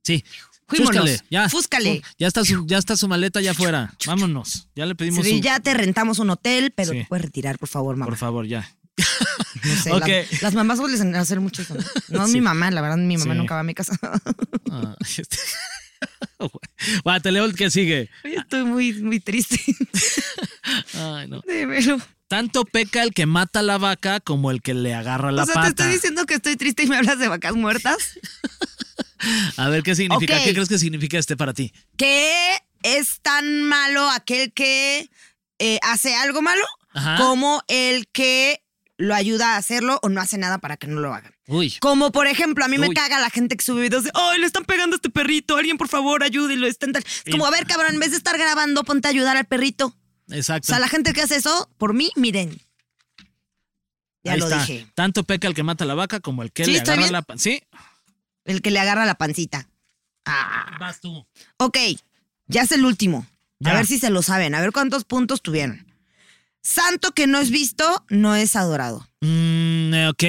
S3: Sí.
S2: Fuímonos.
S3: Fúscale, ya.
S2: Fúscale.
S3: Ya está, su, ya está su maleta allá afuera. Vámonos. Ya le pedimos
S2: Sí,
S3: su-
S2: ya te rentamos un hotel, pero
S3: Sí.
S2: te puedes retirar, por favor, mamá.
S3: Por favor, ya.
S2: No sé,
S3: Ok.
S2: las, las mamás suelen hacer mucho
S3: *laughs*
S2: eso. No, No,
S3: Sí.
S2: mi mamá, la verdad, mi mamá
S3: Sí.
S2: nunca va a mi casa. *laughs*
S3: Ah, *laughs* este- Va, te leo el que sigue.
S2: Hoy Estoy muy, muy triste
S3: Ah. *laughs* Ay, no.
S2: de verlo.
S3: Tanto peca el que mata la vaca como el que le agarra la
S2: o sea,
S3: pata.
S2: te estoy diciendo que estoy triste y me hablas de vacas
S3: *laughs*
S2: muertas.
S3: A ver, ¿qué significa?
S2: Ok.
S3: ¿Qué crees que significa este para ti?
S2: ¿Qué es tan malo aquel que eh, hace algo malo
S3: Ajá.
S2: como el que lo ayuda a hacerlo o no hace nada para que no lo hagan?
S3: Uy.
S2: Como por ejemplo, a mí me
S3: Uy.
S2: caga la gente que sube videos de, ¡ay, le están pegando a este perrito! Alguien, por favor, ayúdelo. Están tal. Es como, a ver, cabrón, en vez de estar grabando, ponte a ayudar al perrito. O
S3: Exacto.
S2: sea, la gente que hace eso, por mí, miren. Ya
S3: Ahí
S2: lo
S3: está.
S2: dije.
S3: Tanto peca el que mata la vaca como el que
S2: Sí,
S3: le
S2: estoy
S3: agarra
S2: bien.
S3: la pata. Sí.
S2: El que le agarra la pancita. Ah.
S3: Vas tú.
S2: Ok, ya es el último.
S3: Ya.
S2: A ver si se lo saben, a ver cuántos puntos tuvieron. Santo que no es visto, no es adorado.
S3: Mm, ok,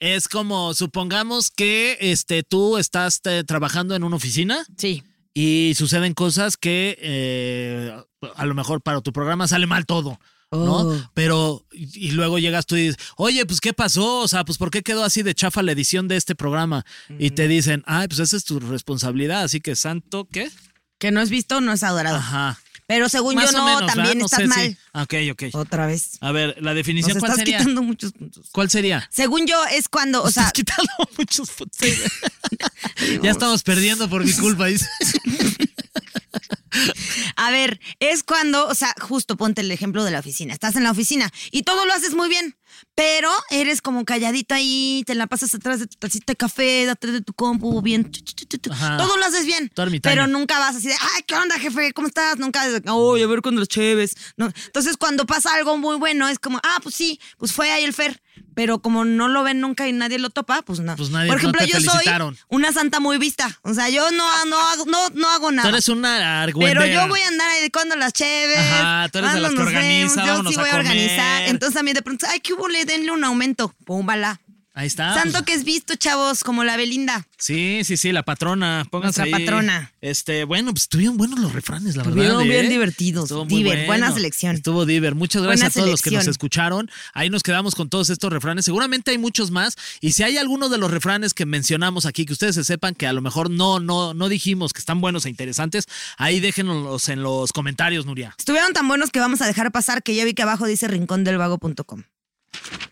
S3: es como supongamos que este, tú estás eh, trabajando en una oficina
S2: Sí.
S3: y suceden cosas que eh, a lo mejor para tu programa sale mal todo. ¿No?
S2: Oh.
S3: Pero, y y luego llegas tú y dices, oye, pues, ¿qué pasó? O sea, pues, ¿por qué quedó así de chafa la edición de este programa? Y te dicen, ay, pues, esa es tu responsabilidad, así que santo, ¿qué?
S2: Que no es visto, no es adorado.
S3: Ajá.
S2: Pero según
S3: Más
S2: yo
S3: o
S2: no,
S3: menos,
S2: también
S3: ¿verdad? No
S2: estás
S3: sé,
S2: mal.
S3: sí. Ok, ok.
S2: Otra vez.
S3: A ver, la
S2: Nos
S3: definición, ¿cuál
S2: estás
S3: sería?
S2: quitando muchos puntos.
S3: ¿Cuál sería?
S2: Según yo, es cuando, o sea,
S3: *laughs* Estás quitando muchos puntos. ya estamos perdiendo por mi
S2: *laughs*
S3: culpa. dice.
S2: a ver, es cuando, o sea, justo ponte el ejemplo de la oficina. Estás en la oficina y todo lo haces muy bien, pero eres como calladito ahí, te la pasas atrás de tu tacita de café, atrás de tu compu, bien. chu, chu, chu, chu, chu.
S3: Ajá.
S2: Todo lo haces bien,
S3: Todo ermitaño.
S2: pero nunca vas así de, ay, ¿qué onda, jefe? ¿Cómo estás? Nunca, ay, a ver cuando los chéves. No. Entonces, cuando pasa algo muy bueno, es como, ah, pues sí, pues fue ahí el Fer. Pero como no lo ven nunca y nadie lo topa, pues no.
S3: Pues nadie-
S2: Por
S3: no
S2: ejemplo,
S3: te
S2: yo soy
S3: felicitaron.
S2: una santa muy vista. O sea, yo no, no, hago, no, no hago nada.
S3: Tú eres una
S2: Pero
S3: argüendera.
S2: yo voy a andar adecuando las chéves.
S3: Ajá, tú eres de las
S2: vámonos,
S3: que organiza,
S2: vemos, Yo
S3: vámonos
S2: sí
S3: a
S2: voy a
S3: comer.
S2: organizar. Entonces también de pronto, ay, qué hubo, le denle un aumento. Púmbala.
S3: Ahí está.
S2: Santo que es visto, chavos, como la Belinda.
S3: Sí, sí, sí, la patrona. Pónganse
S2: Nuestra
S3: ahí.
S2: patrona.
S3: Este, bueno, pues estuvieron buenos los refranes, la verdad.
S2: Estuvieron bien
S3: ¿eh?
S2: divertidos.
S3: Estuvo muy
S2: Diver, buena selección.
S3: Estuvo Diver. Muchas
S2: Buena
S3: gracias a todos los que nos
S2: selección.
S3: escucharon. Ahí nos quedamos con todos estos refranes. Seguramente hay muchos más. Y si hay alguno de los refranes que mencionamos aquí, que ustedes se sepan que a lo mejor no, no, no dijimos que están buenos e interesantes, ahí déjenlos en los comentarios, Nuria.
S2: Estuvieron tan buenos que vamos a dejar pasar que ya vi que abajo dice rincondelvago.com.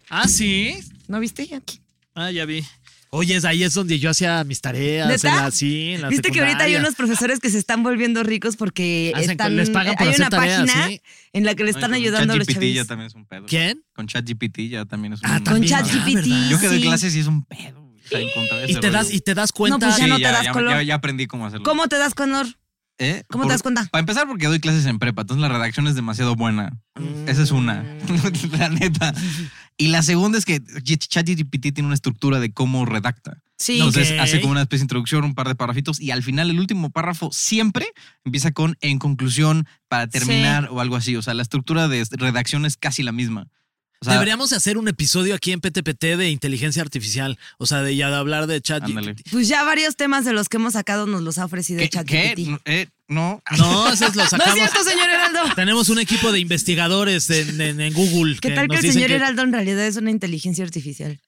S3: Ah, sí.
S2: ¿No viste? Aquí.
S3: Ah, ya vi. Oye, es ahí es donde yo hacía mis tareas.
S2: ¿Neta?
S3: En Ah, la, sí, en la
S2: ¿Viste que ahorita hay
S3: secundaria.
S2: unos profesores que se están volviendo ricos porque
S3: Hacen-
S2: están, eh,
S3: les pagan por
S2: hay
S3: hacer
S2: una
S3: tareas,
S2: página
S3: ¿sí?
S2: en la que
S6: Ay,
S2: le están
S6: con
S2: ayudando a los
S6: ChatGPT ya
S2: chavis?
S6: también es un pedo.
S3: ¿Quién?
S6: Con ChatGPT ya también es un
S3: Ah,
S6: pedo.
S3: con
S2: Con
S3: Sí,
S2: ChatGPT.
S3: ¿verdad?
S6: Yo que doy
S2: sí.
S6: clases y es un pedo. o sea, encontrar
S3: Y
S6: ese
S3: te, das,
S6: rollo.
S3: y te das cuenta.
S2: pues ya
S6: Sí,
S2: no te das
S6: ya,
S2: color.
S6: Ya, ya aprendí cómo hacerlo.
S2: ¿Cómo te das color?
S6: ¿Eh?
S2: cómo te das cuenta?
S6: Para empezar, porque doy clases en prepa, entonces la redacción es demasiado buena. Esa es una, *laughs* la neta. Y la segunda es que ChatGPT tiene una estructura de cómo redacta.
S2: Sí.
S6: Entonces
S3: Ok.
S6: hace como una especie de introducción, un par de párrafitos y al final el último párrafo siempre empieza con en conclusión para terminar o algo así. O sea, la estructura de redacción es casi la misma. O sea,
S3: Deberíamos hacer un episodio aquí en PTPT de inteligencia artificial. O sea, de ya de hablar de chat.
S6: Ándale.
S2: Pues ya varios temas de los que hemos sacado nos los ha ofrecido
S6: ¿qué?
S2: ChatGPT.
S6: qué? Eh, no.
S3: *laughs* No,
S2: *laughs*
S3: esos los
S2: No es
S3: sacamos.
S2: cierto, señor Heraldo.
S3: Tenemos un equipo de investigadores en, en- en Google.
S2: ¿Qué tal que
S3: nos
S2: el
S3: dicen
S2: señor Heraldo en realidad es una inteligencia artificial?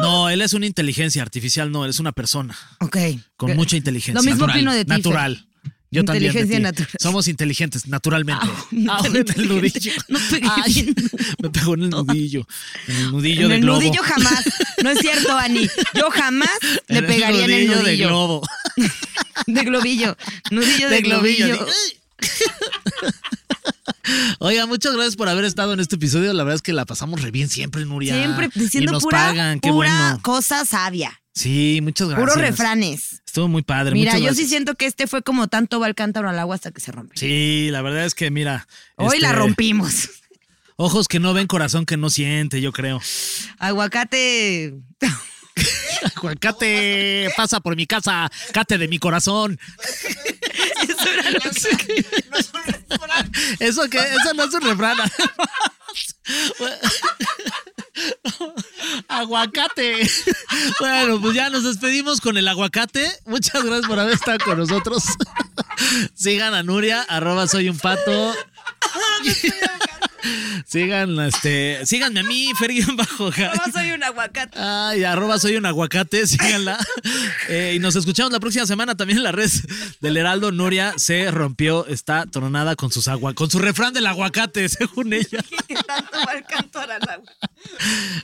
S3: No, él es una inteligencia artificial, no, él es una persona
S2: Ok.
S3: con
S2: Pero-
S3: mucha inteligencia.
S2: Lo mismo opino de ti, Fer.
S3: Natural. Yo también. de
S2: Inteligencia
S3: ti.
S2: natural.
S3: Somos inteligentes, naturalmente.
S2: Ah, *laughs*
S3: Ahorita
S2: inteligente.
S3: el nudillo.
S2: No pegué
S3: Ay,
S2: bien.
S3: *laughs* me pegó en el nudillo. En el nudillo
S2: En
S3: de
S2: el
S3: globo.
S2: nudillo jamás. No es cierto, Ani. Yo jamás le
S3: *laughs* En el
S2: pegaría en el
S3: de
S2: nudillo.
S3: globo.
S2: De globillo. Nudillo de,
S3: de globillo. *laughs*
S2: globillo.
S3: Oiga, muchas gracias por haber estado en este episodio. La verdad es que la pasamos re bien siempre, Nuria.
S2: Siempre
S3: y
S2: diciendo
S3: nos
S2: pura,
S3: pagan, qué
S2: pura
S3: bueno.
S2: cosa sabia.
S3: Sí, muchas gracias.
S2: Puros refranes.
S3: estuvo muy padre.
S2: Mira,
S3: Muchas
S2: yo sí
S3: gracias.
S2: siento que este fue como tanto va el cántaro al agua hasta que se rompe.
S3: Sí, la verdad es que mira.
S2: Hoy la
S3: este,
S2: rompimos. *laughs*
S3: Ojos que no ven, corazón que no siente, yo creo.
S2: Aguacate.
S3: *laughs* Aguacate, pasa por mi casa, cate de mi corazón.
S2: Eso era lo que-
S3: Eso que, eso no es un refrán. aguacate. Bueno, pues ya nos despedimos con el aguacate. Muchas gracias por haber estado con nosotros. Sigan a Nuria, arroba soy un pato.
S2: Ah,
S3: Sigan, este, síganme a mí, Ferguen Bajo.
S2: No soy un aguacate.
S3: Ay, arroba soy un aguacate, *laughs* síganla. Eh, y nos escuchamos la próxima semana también en la red del Heraldo. Nuria se rompió, está tronada con sus agua, con su refrán del aguacate, *laughs* según ella.
S2: *laughs* Tanto va el cántaro al agua.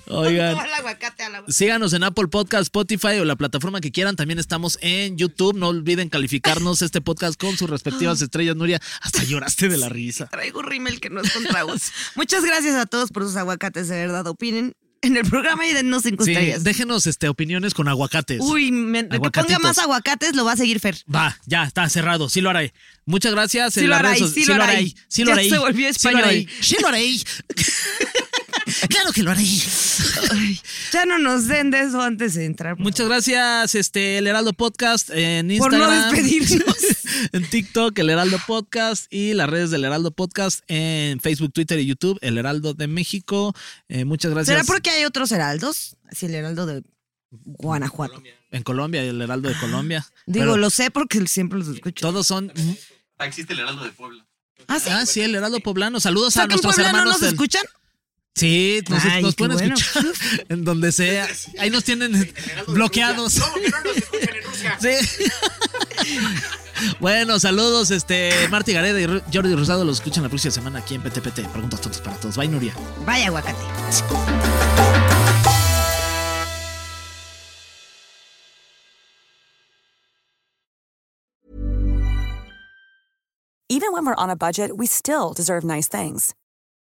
S3: Oigan.
S2: Tanto va el aguacate al agua.
S3: Síganos en Apple Podcast, Spotify o la plataforma que quieran. También estamos en YouTube. No olviden calificarnos este podcast con sus respectivas estrellas. Nuria, hasta lloraste de la risa.
S2: Traigo un rímel que no es con tragos. Muchas gracias a todos por sus aguacates, de verdad. Opinen en el programa y dennos cinco
S3: Sí,
S2: estrellas.
S3: déjenos este, opiniones con aguacates.
S2: Uy, me- el que ponga
S3: Aguacatitos.
S2: más aguacates lo va a seguir Fer.
S3: Va, ya está cerrado. Sí lo haré. Muchas gracias.
S2: Sí
S3: en
S2: lo
S3: las
S2: haré,
S3: redes so-
S2: sí lo haré.
S3: Sí lo
S2: Ya
S3: haré.
S2: se volvió
S3: Sí lo haré.
S2: español.
S3: Sí
S2: *laughs*
S3: lo haré. claro que lo haré.
S2: Ya no nos den de eso antes de entrar. por
S3: Muchas gracias, este, El Heraldo Podcast en
S2: Por no
S3: Instagram.
S2: despedirnos.
S3: *laughs* en TikTok, El Heraldo Podcast y las redes del Heraldo Podcast en Facebook, Twitter y YouTube, El Heraldo de México. Eh, muchas gracias.
S2: ¿Será porque hay otros heraldos? Así el heraldo de Guanajuato.
S3: En Colombia, El Heraldo de Colombia.
S2: Ah, Digo,
S3: Pero
S2: lo sé porque siempre los escucho.
S3: Todos son...
S6: Ah, Existe el Heraldo de Puebla.
S2: Ah, sí.
S3: Ah, sí, El Heraldo Poblano. Saludos
S2: O sea,
S3: a
S2: que en
S3: nuestros
S2: Puebla no
S3: hermanos
S2: nos
S3: del-
S2: escuchan.
S3: Sí, nos,
S2: Ay,
S3: nos
S2: qué
S3: pueden
S2: bueno.
S3: escuchar *laughs* en donde sea. Ahí nos tienen bloqueados. Sí. Bueno, saludos, este Marti Gareda y Ru- Jordi Rosado los escuchan la próxima semana aquí en PTPT. Preguntas tontas para todos. Bye, Nuria.
S2: Vaya aguacate.
S4: even when we're on a budget, we still deserve nice things.